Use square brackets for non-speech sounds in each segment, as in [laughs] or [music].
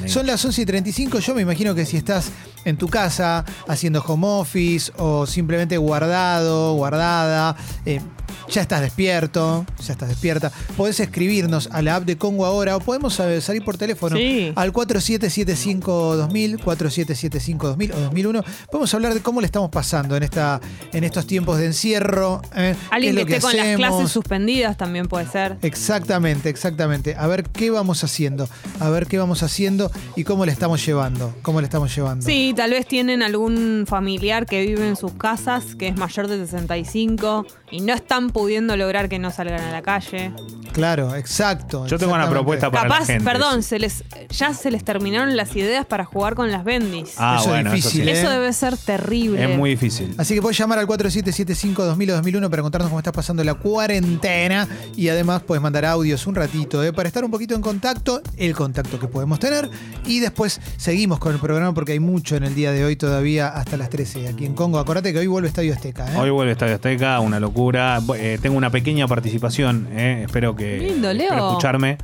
amigos. Son las 11 y 35. Yo me imagino que si estás en tu casa haciendo home office o simplemente guardado, guardada, eh, ya estás despierto, ya estás despierta. Podés escribirnos a la app de Congo ahora o podemos eh, salir por teléfono Sí. al 4775-2000, 4775-2000 o 2001. Podemos hablar de cómo le estamos pasando en, esta, en estos tiempos de encierro. eh, qué Alguien es que esté lo con las clases hacemos. suspendidas también puede ser. Exactamente, exactamente. A ver qué vamos haciendo, a ver qué vamos haciendo y cómo le estamos llevando, cómo le estamos llevando. Sí, tal vez tienen algún familiar que vive en sus casas, que es mayor de 65 y no están pudiendo lograr que no salgan a la calle. Claro, exacto. Yo tengo una exactamente. propuesta Ah, para la Capaz, gente. perdón, se les, ya se les terminaron las ideas para jugar con las bendis. Ah, Eso es bueno, difícil, eso sí. ¿eh? Eso debe ser terrible. Es muy difícil. Así que podés llamar al 4775-2000 o 2001 para contarnos cómo estás pasando la cuarentena y además puedes mandar audios un ratito ¿eh? para estar un poquito en contacto, el contacto que podemos tener y después seguimos con el programa porque hay mucho en el día de hoy todavía hasta las 13 aquí en Congo. Acordate que hoy vuelve Estadio Azteca. ¿eh? Hoy vuelve Estadio Azteca, una locura. Bu- eh, tengo una pequeña participación, eh, espero que Lindo, Leo. espero escucharme,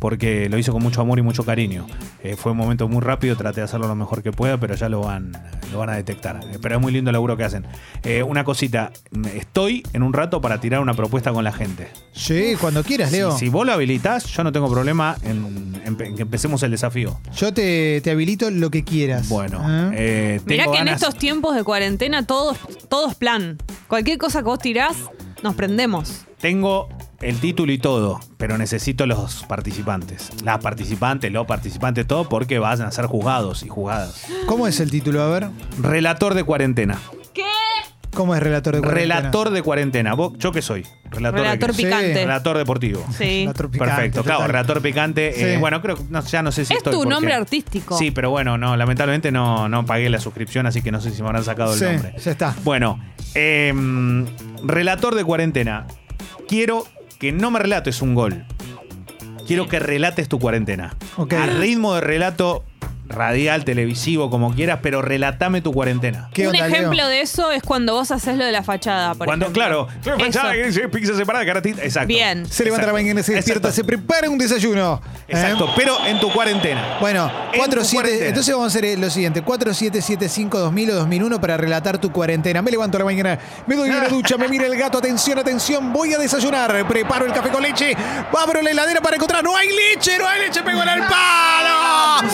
porque lo hice con mucho amor y mucho cariño. Eh, fue un momento muy rápido, traté de hacerlo lo mejor que pueda, pero ya lo van, lo van a detectar. Eh, pero es muy lindo el laburo que hacen. Eh, una cosita, mm, estoy en un rato para tirar una propuesta con la gente. Sí, cuando quieras, Leo. Si, si vos lo habilitás, yo no tengo problema en, en pe- en que empecemos el desafío. Yo te, te habilito lo que quieras. ¿eh? Bueno, eh, Mirá tengo que ganas- en estos tiempos de cuarentena todos, todos plan. Cualquier cosa que vos tirás, nos prendemos. Tengo el título y todo, pero necesito los participantes. Las participantes, los participantes, todo, porque van a ser juzgados y juzgadas. ¿Cómo es el título? A ver. Relator de cuarentena. ¿Cómo es relator de cuarentena? Relator de cuarentena. ¿Vos, ¿Yo qué soy? Relator, de Relator qué? Sí. picante. Relator deportivo. Sí. Relator picante, Perfecto, claro, total. relator picante. Sí. eh, bueno, creo que no, ya no sé si Es estoy, tu porque- nombre artístico. Sí, pero bueno, no, lamentablemente no, no pagué la suscripción, así que no sé si me habrán sacado Sí, el nombre. ya está. Bueno, em, relator de cuarentena. Quiero que no me relates un gol. Quiero que relates tu cuarentena. Ok. Al ritmo de relato radial, televisivo, como quieras, pero relatame tu cuarentena. ¿Qué Un onda, Leo? ejemplo de eso es cuando vos haces lo de la fachada, por Cuando, ejemplo. claro, fue Eso. fachada, que dice pizza separada, caratita. Exacto. Bien. Se levanta la mañana, se despierta, Exacto. se prepara un desayuno. ¿eh? Exacto, pero en tu cuarentena. Bueno, En cuatro, tu siete- cuarentena. entonces vamos a hacer eh, lo siguiente: 4775-2000 o 2001 para relatar tu cuarentena. Me levanto a la mañana, me doy Ah. una ducha, me mira el gato. Atención, atención, voy a desayunar. Preparo el café con leche, abro la heladera para encontrar. ¡No hay leche! ¡No hay leche! ¡Pego en el palo!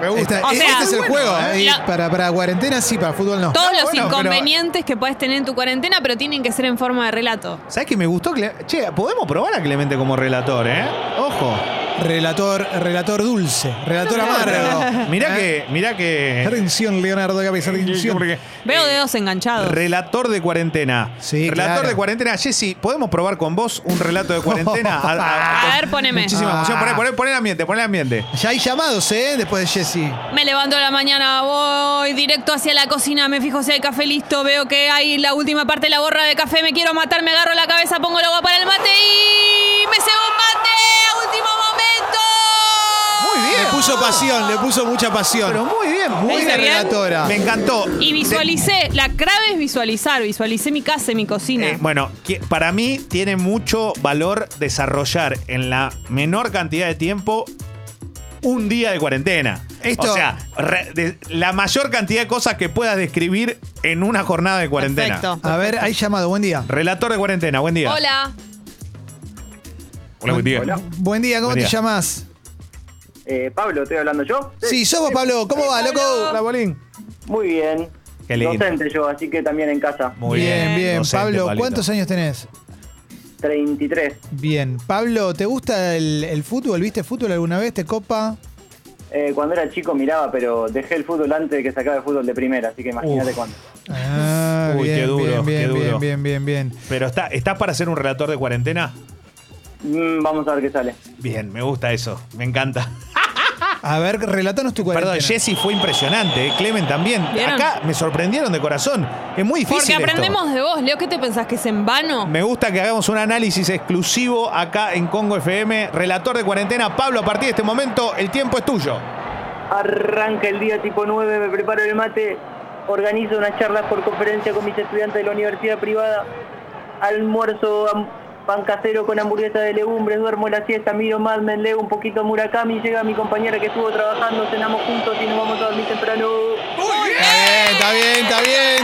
Me gusta. O E- sea, este es el bueno, juego. ¿eh? Y La- para, para cuarentena sí, para fútbol no. "Ah, Todos los Bueno, pero- inconvenientes que puedes tener en tu cuarentena, pero tienen que ser en forma de relato. ¿Sabes que me gustó? Cle- Che, podemos probar a Clemente como relator, ¿eh? Ojo. Relator, relator dulce, relator [laughs] amargo. Mirá ¿Eh? que. Mirá que. Atención, Leonardo Cabeza, atención. Eh, Veo dedos enganchados. Relator de cuarentena. Sí, relator claro. de cuarentena. Jessy, ¿podemos probar con vos un relato de cuarentena? [laughs] A A, ver, poneme. Muchísima emoción. Ah. Poné, poné- poné el ambiente, poné el ambiente. Ya hay llamados, ¿eh? Después de Jesse. Me levanto a la mañana, voy directo hacia la cocina, me fijo si hay café listo, veo que hay la última parte de la borra de café, me quiero matar, me agarro la cabeza, pongo el agua para el mate y me cebo un mate a último momento. Muy bien. Le puso pasión, le puso mucha pasión. Pero muy bien, muy hice bien. bien? relatora. Me encantó. Y visualicé, la clave es visualizar, visualicé mi casa, y mi cocina. Eh, bueno, que- para mí tiene mucho valor desarrollar en la menor cantidad de tiempo un día de cuarentena. Esto- o sea, re- de- la mayor cantidad de cosas que puedas describir en una jornada de cuarentena. Perfecto. A ver, hay llamado, buen día. Relator de cuarentena, buen día. Hola. Hola, buen día. Buen día, ¿cómo Buen te día. llamas? Eh, Pablo, ¿estoy hablando yo? Sí, sos vos, Pablo. ¿Cómo va, loco? Pablo. La bolín. Muy bien. Qué lindo. Docente yo, así que también en casa. Muy bien, Docente, Pablo, Pablito. ¿cuántos años tenés? 33. Bien. Pablo, ¿te gusta el, el fútbol? ¿Viste fútbol alguna vez? ¿Te copa? Eh, cuando era chico miraba, pero dejé el fútbol antes de que se acabe el fútbol de primera, así que imagínate Uf. cuándo. Ah, Uy, qué duro, bien, bien, qué duro. bien, bien, bien, bien. Pero está, ¿estás para ser un relator de cuarentena? Mm, vamos a ver qué sale. Bien, me gusta eso. Me encanta. A ver, relatanos tu cuarentena. Perdón, Jessy fue impresionante. eh, Clemen también. ¿Vieron? Acá me sorprendieron de corazón. Es muy difícil. Porque esto. aprendemos de vos, Leo, ¿qué te pensás que es en vano? Me gusta que hagamos un análisis exclusivo acá en Congo FM. Relator de cuarentena, Pablo, a partir de este momento el tiempo es tuyo. Arranca el día tipo 9, me preparo el mate, organizo unas charlas por conferencia con mis estudiantes de la universidad privada, almuerzo am- pan casero con hamburguesa de legumbres, duermo la siesta, miro Mad Men, leo un poquito Murakami, llega mi compañera que estuvo trabajando, cenamos juntos y nos vamos a dormir temprano. Está bien, está bien, está bien,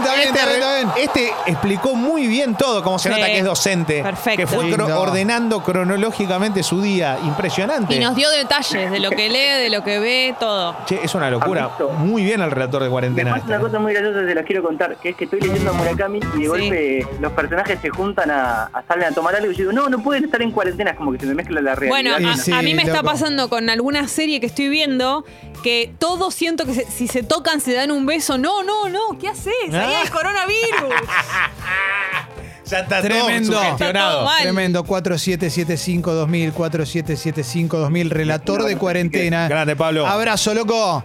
está bien, está bien, está bien. Este explicó muy bien todo, como se Sí. nota que es docente. Perfecto. Que fue cro- Lindo. ordenando cronológicamente su día. Impresionante. Y nos dio detalles de lo que lee, de lo que ve, todo. Che, es una locura. Ah, Amiguito. Muy bien el relator de Me cuarentena. este, ¿eh? pasa una cosa muy graciosa, se las quiero contar, que es que estoy leyendo a Murakami y de golpe los personajes se juntan a, a salen a tomar algo y yo digo, no, no pueden estar en cuarentena, es como que se me mezcla la realidad. Bueno, ah, Y a, sí, a mí me está loco. pasando con alguna serie que estoy viendo que todo siento que se- si se tocan se dan un beso. No, no, no, ¿qué haces? Ahí Ah. hay [laughs] coronavirus. Ya está Tremendo. todo Está todo sugestionado. mal. Tremendo, 4775-2000, 4775-2000, relator de cuarentena. Grande, Pablo. Abrazo, loco.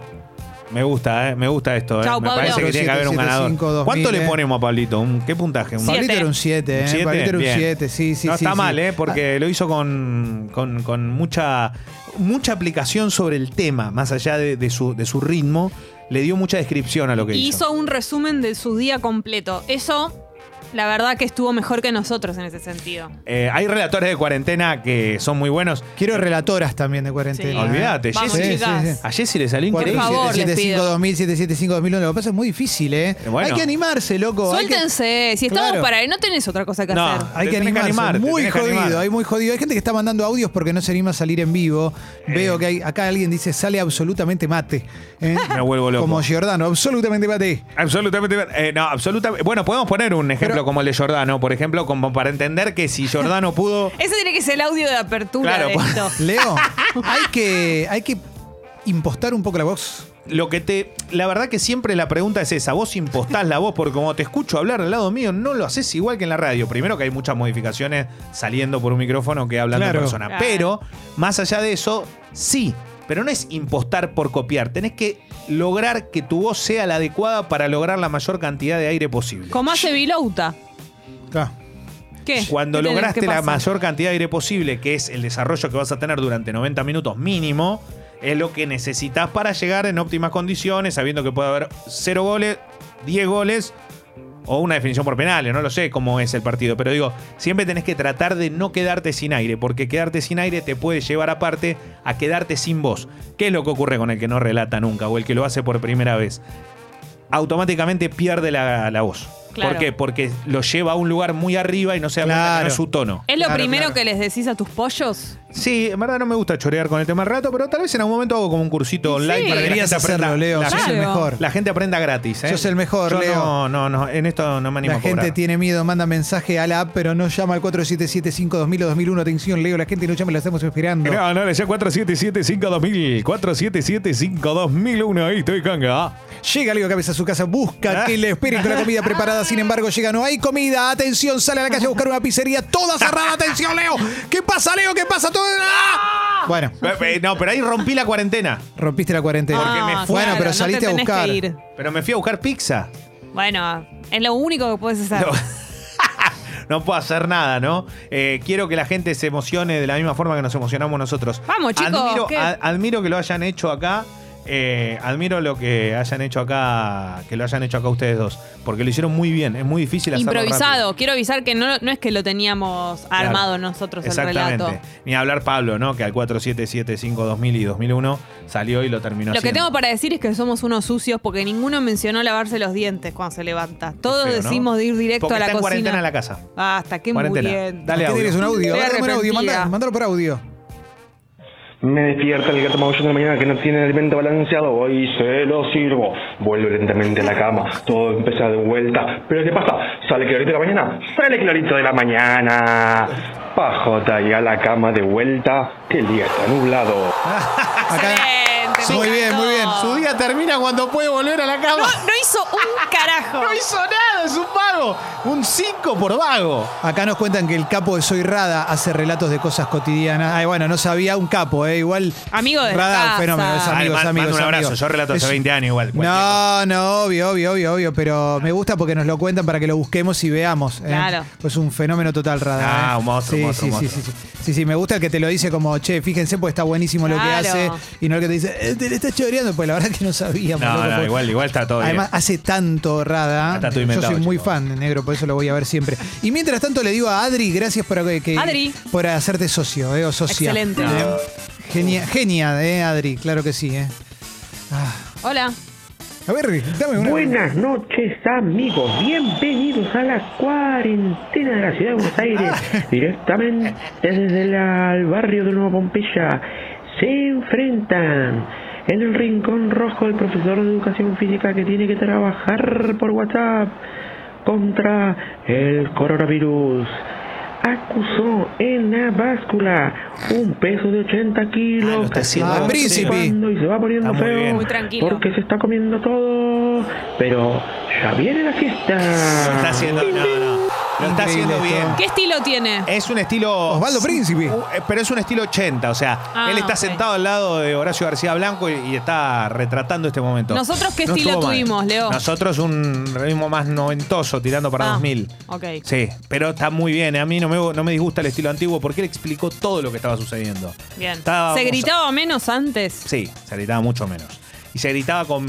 Me gusta, eh, me gusta esto. eh. Chau, Me Pablo. parece que tiene que haber un ganador. 4775-2000, ¿Cuánto eh. le ponemos a Pablito? ¿Un- ¿Qué puntaje? ¿Un Siete. Pablito era un 7, ¿eh? ¿Siete? Pablito era un Bien. 7, sí, sí, No sí, sí. Ah, está mal, ¿eh? Porque lo hizo con, con- con mucha, mucha aplicación sobre el tema, más allá de, de su, de su ritmo. Le dio mucha descripción a lo que Y hizo. hizo un resumen de su día completo. Eso, la verdad que estuvo mejor que nosotros en ese sentido. Eh, hay relatores de cuarentena que son muy buenos. Quiero relatoras también de cuarentena. Sí. ¿eh? Olvídate, Vamos, Jessy. chicas. Sí, sí, sí. A Jessy le salió Por increíble. favor, les pido. 4775-2000, 4775-2001. Lo que pasa es que es muy difícil, ¿eh? Bueno. Hay que animarse, loco. hay que- Suéltense. Si estamos Claro. para él, no tenés otra cosa que No. hacer. Hay Te que tenés que animarse. animar, te muy tenés que animar. jodido, hay muy jodido. Hay gente que está mandando audios porque no se anima a salir en vivo. Veo que hay, acá alguien dice, sale absolutamente mate. ¿eh? [laughs] Me vuelvo loco. Como Giordano, absolutamente mate. Absolutamente. eh, no, absolutamente. Bueno, podemos poner un ejemplo Pero- como el de Jordano, por ejemplo, como para entender que si Jordano pudo. Ese tiene que ser el audio de apertura Claro, pues. de por- esto. [laughs] Leo, hay que, hay que impostar un poco la voz. Lo que te. La verdad que siempre la pregunta es esa. Vos impostás la voz, porque como te escucho hablar al lado mío, no lo haces igual que en la radio. Primero que hay muchas modificaciones saliendo por un micrófono que hablando Claro. en persona. Claro. Pero, más allá de eso, sí. Pero no es impostar por copiar. Tenés que lograr que tu voz sea la adecuada para lograr la mayor cantidad de aire posible. Como hace Vilauta. Ah, ¿Qué? Cuando ¿Qué tenés lograste que la pasar? mayor cantidad de aire posible, que es el desarrollo que vas a tener durante 90 minutos mínimo, es lo que necesitas para llegar en óptimas condiciones, sabiendo que puede haber 0 goles, 10 goles o una definición por penales, no lo sé cómo es el partido, pero digo, siempre tenés que tratar de no quedarte sin aire, porque quedarte sin aire te puede llevar aparte a quedarte sin voz. ¿Qué es lo que ocurre con el que no relata nunca o el que lo hace por primera vez? Automáticamente pierde la, la voz. Claro. ¿Por qué? Porque lo lleva a un lugar muy arriba y no se da cuenta que Claro. no es su tono. ¿Es lo Claro, primero claro. que les decís a tus pollos? Sí, en verdad no me gusta chorear con el tema del rato, pero tal vez en algún momento hago como un cursito Sí. online para que la Deberías gente hacerlo, aprenda. Leo. la, Sos Claro. el mejor. la gente aprenda gratis. ¿eh? Sos el mejor, Yo Leo. No, no, no, en esto no me animo La a gente cobrar. tiene miedo, manda mensaje a la app, pero no llama al 4775-2000 o 2001. Atención, Leo, la gente no llama, la estamos esperando. No, no, le decía 477-5000, 477-5001, ahí estoy canga. ah. Llega Leo Cabeza a su casa, busca que le esperen con la comida preparada. Sin embargo, llega, no hay comida. Atención, sale a la calle a buscar una pizzería toda cerrada. Atención, Leo. ¿Qué pasa, Leo? ¿Qué pasa? Todo... ¡Ah! Bueno, Eh, eh, No, pero ahí rompí la cuarentena. rompiste la cuarentena. Ah, me Bueno, fue. claro, pero no te saliste a tenés que buscar. ir. Pero me fui a buscar pizza. Bueno, es lo único que puedes [laughs] hacer. No, no puedo hacer nada, ¿no? Eh, quiero que la gente se emocione de la misma forma que nos emocionamos nosotros. Vamos, chicos, Admiro, ¿qué? a- admiro que lo hayan hecho acá. eh, admiro lo que hayan hecho acá, que lo hayan hecho acá ustedes dos, porque lo hicieron muy bien. Es muy difícil hacerlo Improvisado. rápido. Quiero avisar que no, no es que lo teníamos armado Claro. nosotros el Exactamente. relato. Ni hablar Pablo, ¿no? Que al 4775-2000 y 2001 salió y lo terminó Lo que haciendo. tengo para decir es que somos unos sucios porque ninguno mencionó lavarse los dientes cuando se levanta. Todos Qué feo, ¿no? decimos de ir directo Porque a la está en cuarentena cocina. en la casa. Basta, qué Cuarentena. muriendo. Dale ¿Qué audio. tenés un audio? Estoy Mandame un audio, arrepentida. mandá- mandalo por audio. Me despierta el gato maullando de la mañana que no tiene alimento balanceado. Hoy se lo sirvo. Vuelvo lentamente a la cama. Todo empieza de vuelta. ¿Pero qué pasa? ¿Sale clarito de la mañana? ¡Sale clarito de la mañana! Pajota y a la cama de vuelta. Que el día está nublado. Acá. Excelente, me Muy bien, encantó. muy bien. No, Su día termina cuando puede volver a la cama. no hizo un [laughs] carajo. No hizo nada, es un vago. Un 5 por vago. Acá nos cuentan que el capo de Soy Rada hace relatos de cosas cotidianas. Ay, bueno, no sabía un capo, ¿eh? Igual. Amigo de Rada, casa. un fenómeno, es Dale, amigo, es amigo, man- manda un es abrazo. amigo. Yo relato hace Es- 20 años igual. cualquier cosa. No, no, obvio, obvio, obvio, obvio, pero me gusta porque nos lo cuentan para que lo busquemos y veamos. ¿eh? Claro. Pues un fenómeno total, Radar. Ah, ¿eh? un sí, monstruo, un monstruo, sí, un sí, sí, sí, sí, sí, me gusta el que te lo dice como, che, fíjense, pues está buenísimo lo que Claro. hace. Y no el que te dice, eh, te le estás choreando, pues la verdad que no sabíamos. No, loco, no, porque- igual, igual está todo Además, bien. hace tanto Rada. Está todo Yo inventado, soy muy chicos. fan de negro, por eso lo voy a ver siempre. Y mientras tanto le digo a Adri, gracias por, que- que- Adri. por hacerte socio, eh, o socia. Excelente. Eh, Genia, genia, eh, Adri, claro que sí, eh. Hola. A ver, dame una. Buenas noches amigos, bienvenidos a la cuarentena de la ciudad de Buenos Aires, Ah. [laughs] directamente desde la- el barrio de Nueva Pompeya. Se enfrentan en el rincón rojo el profesor de educación física que tiene que trabajar por WhatsApp contra el coronavirus. Acusó en la báscula un peso de 80 kilos. lo está haciendo. Ah, Va príncipe. ocupando Y se va poniendo Está muy feo. bien. Muy tranquilo. Porque se está comiendo todo. Pero ya viene la fiesta. Lo está haciendo, no, no. Lo está Increíble haciendo esto. bien. ¿Qué estilo tiene? Es un estilo. Osvaldo Príncipe. Uh, eh, Pero es un estilo 80, o sea, Ah, él está ok. sentado al lado de Horacio García Blanco y, y está retratando este momento. ¿Nosotros qué estilo estuvo mal. tuvimos, Leo? Nosotros un ritmo más noventoso, tirando para Ah, 2000. ok. Sí, pero está muy bien. A mí no me, no me disgusta el estilo antiguo porque él explicó todo lo que estaba sucediendo. Bien. Estábamos- ¿Se gritaba menos antes? Sí, se gritaba mucho menos. Y se gritaba con,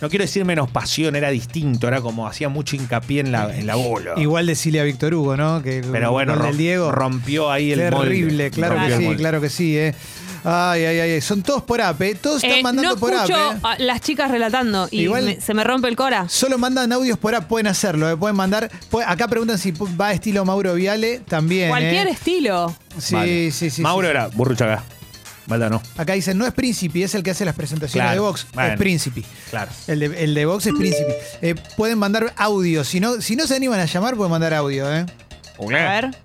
no quiero decir menos pasión, era distinto, era como hacía mucho hincapié en la, en la bola. Igual decirle a Víctor Hugo, ¿no? Que Ah. Pero bueno, con rom- el Diego. rompió ahí el molde. Terrible, claro Rompió que el sí, molde. claro que sí, eh. Ay, ay, ay, son todos por app, eh. todos están Eh, mandando no por app. escucho eh. a las chicas relatando y Igual- me- se me rompe el cora. Solo mandan audios por app, pueden hacerlo, eh, pueden mandar. pu- acá preguntan si pu- va estilo Mauro Viale también. Cualquier eh. estilo. Sí, Vale. sí, sí. Mauro sí. era burruchaga. Valda no. Acá dicen, no es Príncipe, es el que hace las presentaciones Claro, de Vox. bueno. Es Príncipe. Claro. El de, el de Vox es Príncipe. Eh, pueden mandar audio. Si no, si no se animan a llamar, pueden mandar audio, ¿eh? A ver.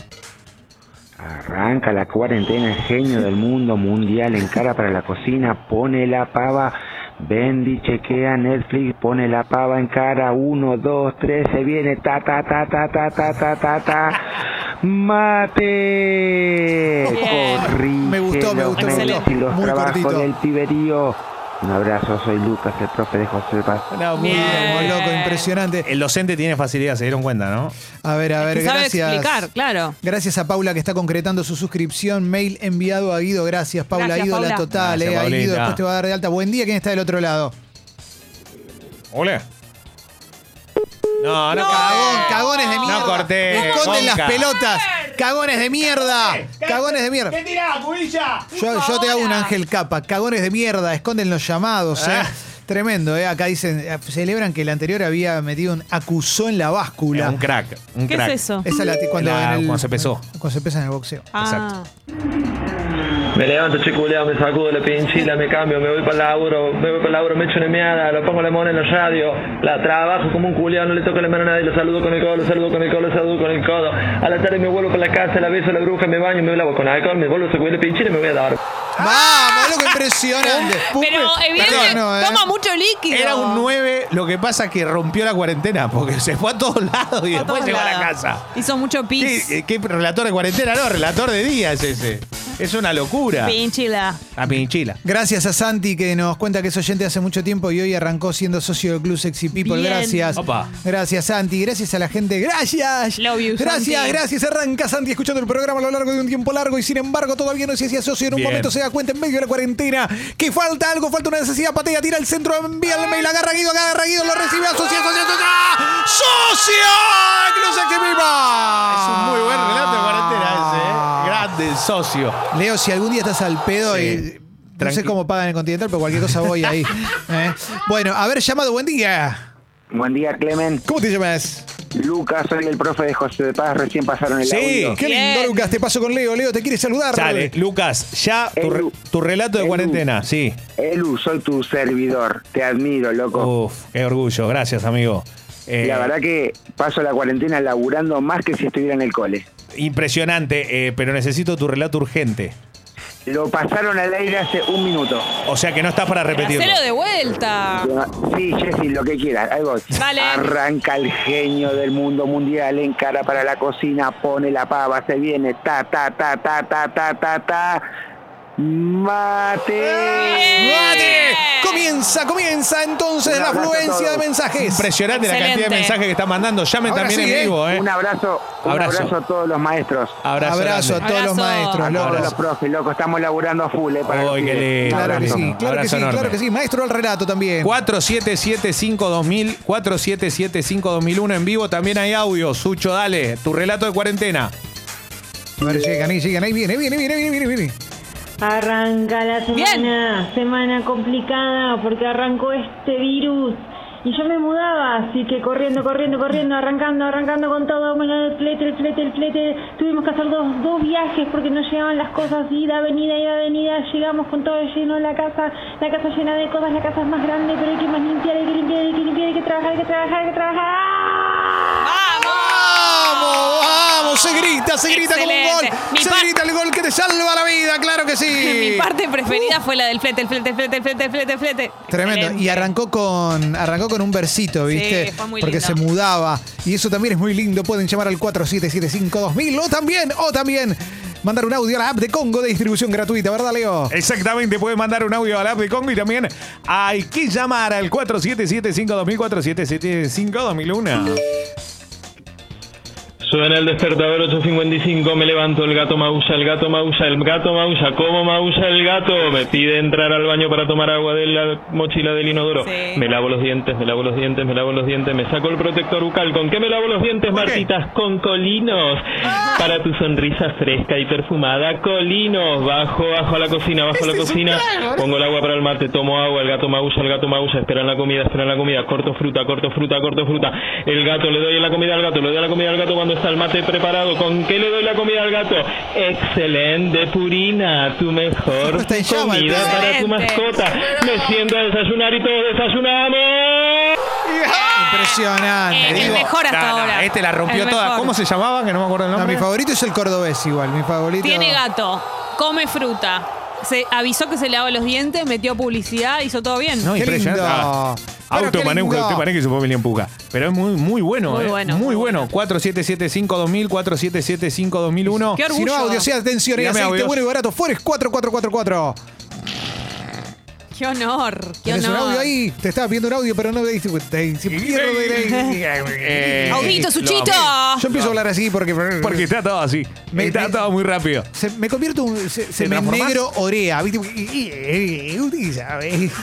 Arranca la cuarentena, genio del mundo mundial, en cara para la cocina, pone la pava, Bendy chequea Netflix, pone la pava en cara, uno, dos, tres, se viene, ta, ta, ta, ta, ta, ta, ta, ta, ta, mate, Bien. corrige Me gustó, me los gustó, me medios gustó. y los Muy trabajos cortito. del piberío. Un abrazo, soy Lucas, el profe de José Paz. muy Bien. Vamos, loco, impresionante. El docente tiene facilidad, se dieron cuenta, ¿no? A ver, a ver, Que sabe gracias. explicar, claro. Gracias a Paula que está concretando su suscripción. Mail enviado a Guido. Gracias, Paula. Gracias, ídola Paula. total. Gracias, eh. Ahí Guido Paulita. después te va a dar de alta. Buen día. ¿Quién está del otro lado? Hola. No, no, Cagón, cagones de mierda. No corté. Esconden Monca. las pelotas. Cagones de mierda. Cagones de mierda. Yo, yo te hago un Ahora. ángel capa. Cagones de mierda. Esconden los llamados. eh. Ah. Tremendo, ¿eh? Acá dicen, eh, celebran que el anterior había metido un acusó en la Era báscula. un crack. Un ¿Qué crack. es eso? Esa es la cuando, La- en el- cuando se pesó. Cuando se pesa en el boxeo. Ah, Me levanto, chiculeo, me sacudo la pinchila, me cambio, me voy para el laburo, me voy para el laburo, me echo una meada, lo pongo la mona en la radio, la trabajo como un culiao, no le toco la mano a nadie, lo saludo con el codo, lo saludo con el codo, lo saludo con el codo. A la tarde me vuelvo para la casa, la beso a la bruja, me baño, me lavo con alcohol, me vuelvo a sacudir la pinchila y me voy a dar. ¡Vamos! ¡Loco impresionante! Ah. Pero evidentemente Perdón, no, eh. toma mucho líquido. Era un 9, lo que pasa que rompió la cuarentena, porque se fue a todos lados y A después todos llegó a la lados. casa. Hizo mucho pis. ¿Qué, qué relator de cuarentena? No, relator de día es ese. Es una locura. Pinchila. A pinchila. Gracias a Santi que nos cuenta que es oyente hace mucho tiempo y hoy arrancó siendo socio del Club Sexy People. Bien. Gracias. Opa. Gracias Santi, gracias a la gente. Gracias. Love you, gracias, Santi. gracias. Arranca Santi escuchando el programa a lo largo de un tiempo largo y sin embargo todavía no se hacía socio. En un Bien. momento se da cuenta en medio de la cuarentena que falta algo, falta una necesidad. Patea, tira al centro, envía el mail, agarra a Guido, agarra a Guido, lo recibe, asocia, asocia, asocia. ¡Socio! del Club Sexy People! Es un muy buen relato de cuarentena ese, ¿eh? Grande socio. Leo, si algún día estás al pedo Sí. y. No sé Tranqui- cómo pagan en el Continental, pero cualquier cosa voy [laughs] ahí. ¿eh? Bueno, haber llamado, buen día. Buen día, Clemen. ¿Cómo te llamas? Lucas, soy el profe de José de Paz, recién pasaron el Sí. audio. Qué Bien. lindo, Lucas. Te paso con Leo. Leo, te quiere saludar. Sale, Lucas, ya tu, re- Elu. tu relato de Elu. cuarentena, sí. Elu, soy tu servidor. Te admiro, loco. Uf, qué orgullo, gracias amigo. Eh, La verdad que paso la cuarentena laburando más que si estuviera en el cole. Impresionante, eh, pero necesito tu relato urgente. Lo pasaron al aire hace un minuto. O sea que no estás para repetirlo. Hacelo de vuelta. Sí, Jessy, lo que quieras. Ahí voy. Dale. Arranca el genio del mundo mundial en cara para la cocina, pone la pava, se viene, ta, ta, ta, ta, ta, ta, ta, ta. Mate. Bien. Mate. Comienza Comienza, comienza entonces Un la abrazo a afluencia todos. de mensajes. Impresionante la cantidad Excelente. de mensajes que están mandando. Llamen Ahora también sí, en ¿eh? vivo, ¿eh? Un abrazo, un Abrazo. abrazo. a todos los maestros. Abrazo. Abrazo a grande. todos los Abrazo. maestros. A todos abrazo. los profes, loco, estamos laburando a full, eh, para los Ay, qué pibes. lindo. Un Claro que abrazo. sí, claro que Abrazo sí, enorme. claro que sí. Maestro al relato también. 47752000, 47752001 en vivo. También hay audio. Sucho, dale. Tu relato de cuarentena. A ver, llegan ahí, llegan ahí. Viene, viene, viene, viene, viene. viene. Arranca la Bien. semana, semana complicada porque arrancó este virus y yo me mudaba, así que corriendo, corriendo, corriendo, arrancando, arrancando con todo, bueno, el flete, el flete, el flete, tuvimos que hacer dos, dos viajes porque no llegaban las cosas, ida, venida, ida, venida, llegamos con todo lleno la casa, la casa llena de cosas, la casa es más grande, pero hay que más limpiar, hay que limpiar, hay que limpiar, hay que trabajar, hay que trabajar, hay que trabajar. ¡Vamos! ¡Vamos! Se grita, se grita como un Excelente. gol. Mi se par- grita el gol que te salva la vida, claro que sí. [laughs] Mi parte preferida fue la del flete, el flete, el flete, el flete, el flete, el flete. Tremendo. Excelente. Y arrancó con, arrancó con un versito, Sí, ¿viste? fue muy Porque lindo. ¡Ah! se mudaba. Y eso también es muy lindo. Pueden llamar al 4775-2000 o también, o también mandar un audio a la app de Congo de distribución gratuita, ¿verdad, Leo? Exactamente, puedes mandar un audio al app de Congo y también hay que llamar al 47752000, 47752001. Suena el despertador 8.55, me levanto, el gato mausa, el gato mausa, el gato mausa, ¿cómo mausa el gato? Me pide entrar al baño para tomar agua de la mochila del inodoro. Sí. Me lavo los dientes, me lavo los dientes, me lavo los dientes, me saco el protector bucal. ¿Con qué Ah. me lavo los dientes, Martitas? Con colinos. Para tu sonrisa fresca y perfumada, colinos. Bajo, bajo a la cocina, bajo a la cocina. Pongo el agua para el mate, tomo agua, el gato mausa, el gato mausa, esperan la comida, esperan la comida, corto fruta, corto fruta, corto fruta. El gato, le doy la comida al gato, le doy la comida al gato cuando está el mate preparado. ¿Con qué le doy la comida al gato? Excelente, Purina, tu mejor Está en llama el comida pibe. para tu Excelente. mascota. Me siento a desayunar y todos desayunamos. Impresionante. El Digo, mejor hasta Nah, nah, ahora. Este la rompió El toda. mejor. ¿Cómo se llamaba? Que no me acuerdo el no, nombre. mi favorito es el cordobés igual, mi favorito. Tiene gato, come fruta, se avisó que se lava los dientes, metió publicidad, hizo todo bien. No, Qué impresionante. lindo. Ah. Pero Auto qué manejo, lindo. usted maneja y su familia empuja. Pero es muy, muy bueno, Muy eh. bueno, Muy muy bueno. 47752000, 47752001. Qué Si no, orgullo. audio, sea atención, y Dígame, aceite audios. bueno y barato. Forest 4444. Qué honor, qué Tienes un honor. audio ahí. Te estaba pidiendo un audio, pero no me diste cuenta. Y si pierdo [laughs] de- Eh, Audito, lo Suchito. amé. Yo empiezo a hablar así porque. Porque está todo así. Me- está me- todo muy rápido. Se- me convierto en. un- Se, se me transformás? negro orea. ¿viste? Y- y- y- y- ¿sabes?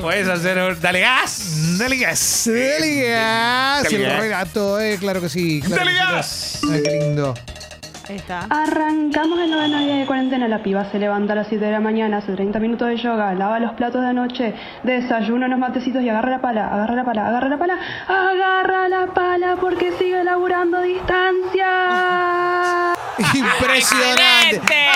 Puedes hacer un. Dale gas. Dale gas. Dale gas, Dale el gas. relato, eh, claro que sí. claro Dale que sí. gas. Ay, qué lindo. Ahí está. Arrancamos el noveno día de cuarentena. La piba se levanta a las 7 de la mañana, hace 30 minutos de yoga, lava los platos de anoche, desayuna unos matecitos y agarra la pala, agarra la pala, agarra la pala, agarra la pala porque sigue laburando a distancia. Impresionante.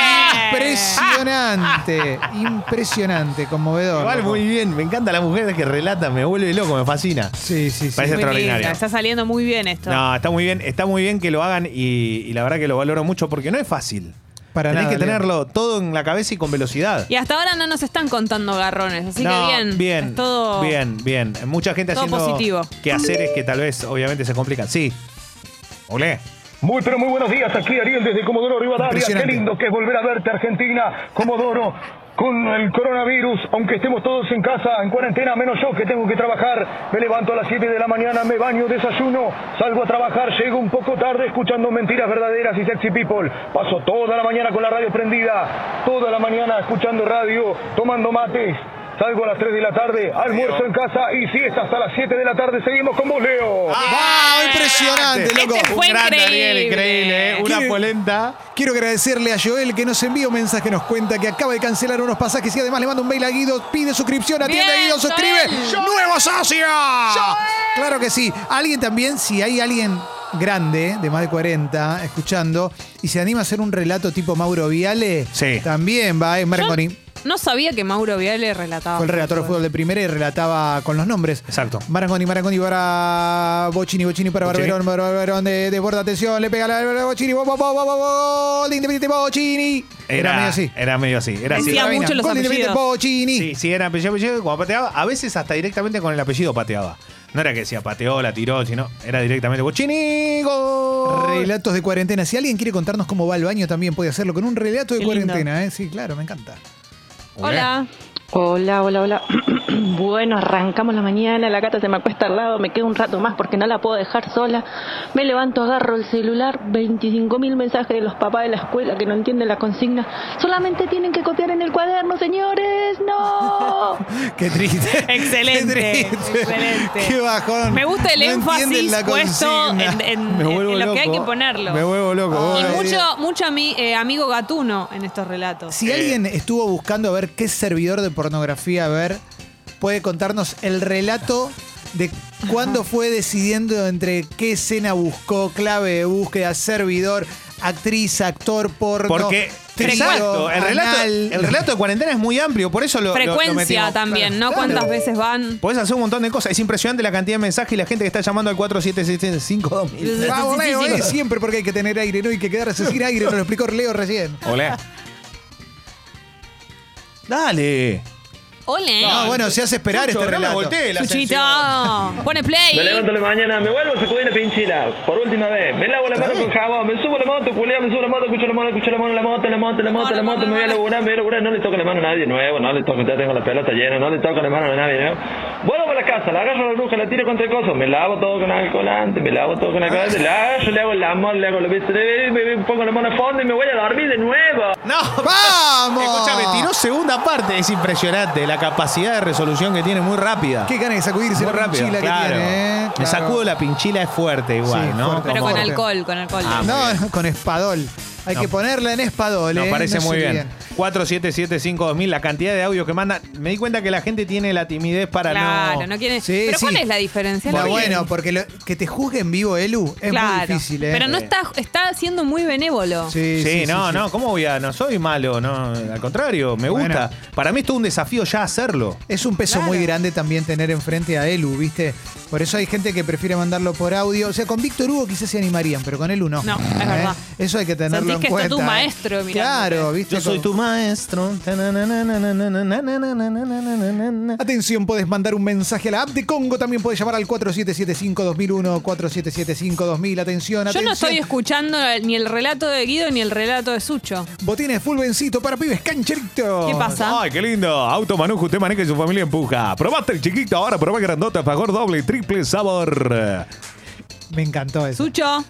Impresionante. Impresionante, conmovedor. Igual loco. muy bien. Me encanta la mujer que relata. Me vuelve loco. Me fascina. Sí, sí, sí. Parece Muy extraordinario. linda, Está saliendo muy bien esto. No, está muy bien, está muy bien que lo hagan y, y la verdad que lo valoro mucho porque no es fácil. Para Tenés nada, que Leo. tenerlo todo en la cabeza y con velocidad. Y hasta ahora no nos están contando garrones, así No, que bien. bien, es todo bien, bien. Mucha gente todo haciendo positivo. quehaceres que tal vez obviamente se complican. Sí. Olé. Muy, pero muy buenos días. Aquí Ariel desde Comodoro Rivadavia. Qué Impresionante. lindo que es volver a verte, Argentina. Comodoro, con el coronavirus, aunque estemos todos en casa, en cuarentena, menos yo que tengo que trabajar. Me levanto a las 7 de la mañana, me baño, desayuno, salgo a trabajar, llego un poco tarde escuchando mentiras verdaderas y sexy people. Paso toda la mañana con la radio prendida, toda la mañana escuchando radio, tomando mates. Salgo a las 3 de la tarde, almuerzo en casa y siesta hasta las 7 de la tarde. Seguimos con vos, Leo. Ah, ¡Wow! Impresionante, Este loco. fue Un gran increíble. Ariel, increíble, ¿eh? Una ¿Quién- polenta. Quiero agradecerle a Joel que nos envía un mensaje, nos cuenta que acaba de cancelar unos pasajes y además le manda un mail a Guido, pide suscripción a tienda Bien, Guido, suscribe. Joel. ¡Nuevo socio! Claro que sí. Alguien también, si hay alguien grande, de más de 40, escuchando, y se anima a hacer un relato tipo Mauro Viale, Sí. también va, eh, Yo Marconi. no sabía que Mauro Viale relataba. Fue el relator de fútbol de primera y relataba con los nombres. Exacto. Marangoni, Marangoni para Bocini, Bocini para Bocini. Barberón, Barberón de, de borda, atención, le pega la Bocini, bo, bo, bo, bo, bo, gol de Independiente Bocini. Era, medio así. Era medio así. Era así. Decía mucho los Gol de Independiente apellidos. Bocini. Sí, sí, era apellido, apellido, cuando pateaba, a veces hasta directamente con el apellido pateaba. No era que decía pateó, la tiró, sino era directamente Bochini, gol. Relatos de cuarentena. Si alguien quiere contarnos cómo va el baño, también puede hacerlo con un relato de Qué lindo. cuarentena, ¿eh? Sí, claro, me encanta. Hola. Hola, hola, hola. [clears throat] bueno, arrancamos la mañana, la gata se me acuesta al lado, me quedo un rato más porque no la puedo dejar sola. Me levanto, agarro el celular, 25.000 mensajes de los papás de la escuela que no entienden la consigna. Solamente tienen que copiar en el cuaderno, señores. ¡No! Qué triste. Excelente, Qué excelente. Qué bajón. Me gusta el No entienden énfasis la puesto en, consigna. en- Me en- vuelvo en lo que hay loco. que ponerlo. Me vuelvo loco. y Ay, mucho, Dios. mucho ami- eh, amigo gatuno en estos relatos. Si alguien estuvo buscando a ver qué servidor de pornografía a ver, puede contarnos el relato de cuándo fue decidiendo entre qué escena buscó, clave de búsqueda, servidor, actriz, actor, porno. Porque, trío, exacto, el relato, anal. el relato de cuarentena es muy amplio, por eso lo. lo- lo Frecuencia metimos. también, ¿no? Claro. ¿Cuántas veces van? Podés hacer un montón de cosas. Es impresionante la cantidad de mensajes y la gente que está llamando al 4775 Vamos, Sí, sí, Leo, sí. eh, siempre porque hay que tener aire, ¿no? Hay que quedarse sin aire, nos lo explicó Leo recién. Hola. Dale. ¡Ole! Ah, bueno, se hace esperar Chucho, este no me relato. volteé, la ¡Chuchito! ¡Pone Me play! levanto a la mañana, me vuelvo, sacudo una pinchila. Por última vez, me lavo la mano con jabón, me subo a la moto, culeo, me subo a la moto, escucho la mano, escucho la mano, la moto, la moto, la moto, la moto, me voy a laburar, me voy a laburar, no le toco la mano a nadie nuevo, no le toco, ya tengo la pelota llena, no le toco la mano a nadie nuevo. Vuelvo a la casa, la agarro a la bruja, la tiro contra el coso, me lavo todo con alcohol antes, me lavo Ah. todo con alcohol antes, la agarro, le hago el amor, le hago la beso, le- me me pongo la mano a fondo y me voy a dormir de nuevo. [laughs] No, ¡Vamos! Escúchame, tiró segunda parte. Es impresionante la capacidad de resolución que tiene, muy rápida. Qué ganas de sacudirse la muy rápido, mochila claro. que tiene, ¿eh? Me Claro. sacudo la pinchila, es fuerte igual, Sí, ¿no? fuerte. Pero Como- con alcohol, con alcohol. Ah, No, no, con espadol. Hay No. que ponerla en espadol, Nos ¿eh? parece No muy sé bien. 47752000, la cantidad de audio que manda. Me di cuenta que la gente tiene la timidez para Claro, no, no. quiere. Sí, pero ¿cuál sí. es la diferencia? Está No bueno, quieren. porque lo- que te juzgue en vivo, Elu, es muy Claro. difícil, ¿eh? Pero no está, está siendo muy benévolo. Sí, Sí, sí, no, sí, no, sí. ¿cómo voy a.? No soy malo, no. Al contrario, me Bueno. gusta. Para mí es todo un desafío ya hacerlo. Es un peso muy grande también tener enfrente a Elu, ¿viste? Por eso hay gente que prefiere mandarlo por audio. O sea, con Víctor Hugo quizás se animarían, pero con Elu no. No, es ¿Eh? verdad. Eso hay que tenerlo Sentís en que está cuenta. tu ¿eh? maestro ¿eh? mirándote. Claro, ¿viste? Yo soy Con- tu maestro. Atención, podés mandar un mensaje a la app de Congo. También podés llamar al 4775-2001, Yo 4775-2000. Atención, atención. no estoy escuchando ni el relato de Guido ni el relato de Sucho. Botines full vencito para pibes cancherito. ¿Qué pasa? Ay, qué lindo. Auto Manujo, usted maneja y su familia empuja. Probaste el chiquito, ahora probá el grandota, favor doble, triple sabor. Me encantó eso. Sucho.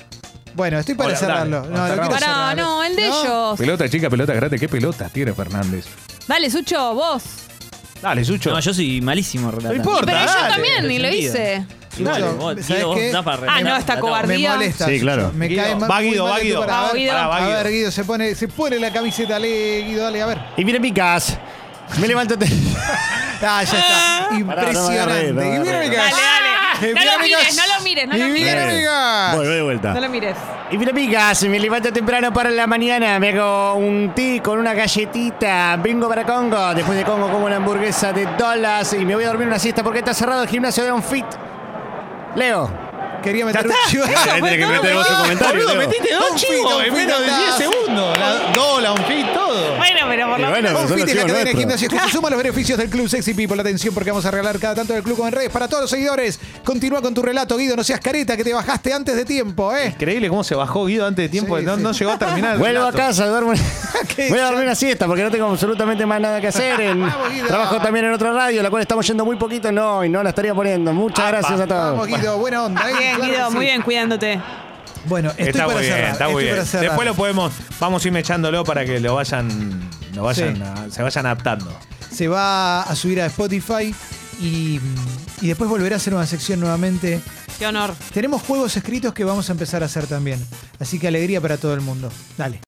Bueno, estoy para Hola, cerrarlo. dale, No, lo cerramos. quiero Pará, cerrar. no, eh. el de ellos. Pelota chica, pelota grande, qué pelota tiene Fernández. Dale, Sucho, vos. Dale, Sucho. No, yo soy malísimo No relatando. importa. Pero yo dale. también, ni lo Sentido. hice. Sucho, Dale, ¿sabes vos, Guido, vos qué? das para Ah, no, relatar. esta Me cobardía. molesta. Sí, Sucho. claro. Me Guido, cae mal- va muy Guido, mal va de tu Guido. para- Va a ver, Ah, Guido. Pará, va A Guido. ver, Guido, se pone, se pone la camiseta, dale, Guido, dale, a ver. Y miren picas. Me levanto. Ah, ya está. Impresionante. no me agarré, Y no me mira, agarré. mira. Dale, dale. Y No mira, lo mira. mires, no lo mires, no lo Y mira, mires. mira. Vuelvo de vuelta. No lo mires. Y mira, picas, me levanto temprano para la mañana, me hago un té con una galletita, vengo para Congo, después de Congo como una hamburguesa de dólares y me voy a dormir una siesta porque está cerrado el gimnasio de un fit. Leo. Quería meter un chivo. Tenés que meter vos tu comentario, Boludo, Leo. metiste Un dos fit, un chivos en fit, menos de nada. 10 segundos. La dola, un fit, todo. Bueno, pero por Y lo bueno, pero Un son los fit es la chivos cadena de nuestros. gimnasios que se suma a los beneficios del Club Sexy People. Atención porque vamos a regalar cada tanto del club con redes para todos los seguidores. Continúa con tu relato, Guido. No seas careta que te bajaste antes de tiempo, ¿eh? Increíble cómo se bajó Guido antes de tiempo. Sí, no, sí. no llegó a terminar. el Vuelvo a relato. casa, duermo. [laughs] Qué Voy a dormir una siesta porque no tengo absolutamente más nada [laughs] que hacer. En- Vamos, Guido. trabajo también en otra radio, la cual estamos yendo muy poquito. No, y no la estaría poniendo. Muchas gracias a todos. Vamos, Guido. Buena onda, ¿eh? Bien, Claro Guido, que muy sí. bien, cuidándote. Bueno, estoy está para muy bien, cerrar. está muy estoy para bien. cerrar. Después lo podemos, vamos a ir mechándolo para que lo vayan, lo vayan Sí. a- se vayan adaptando. se va a subir a Spotify y, y después volverá a hacer una sección nuevamente. Qué honor. Tenemos juegos escritos que vamos a empezar a hacer también. Así que alegría para todo el mundo. Dale.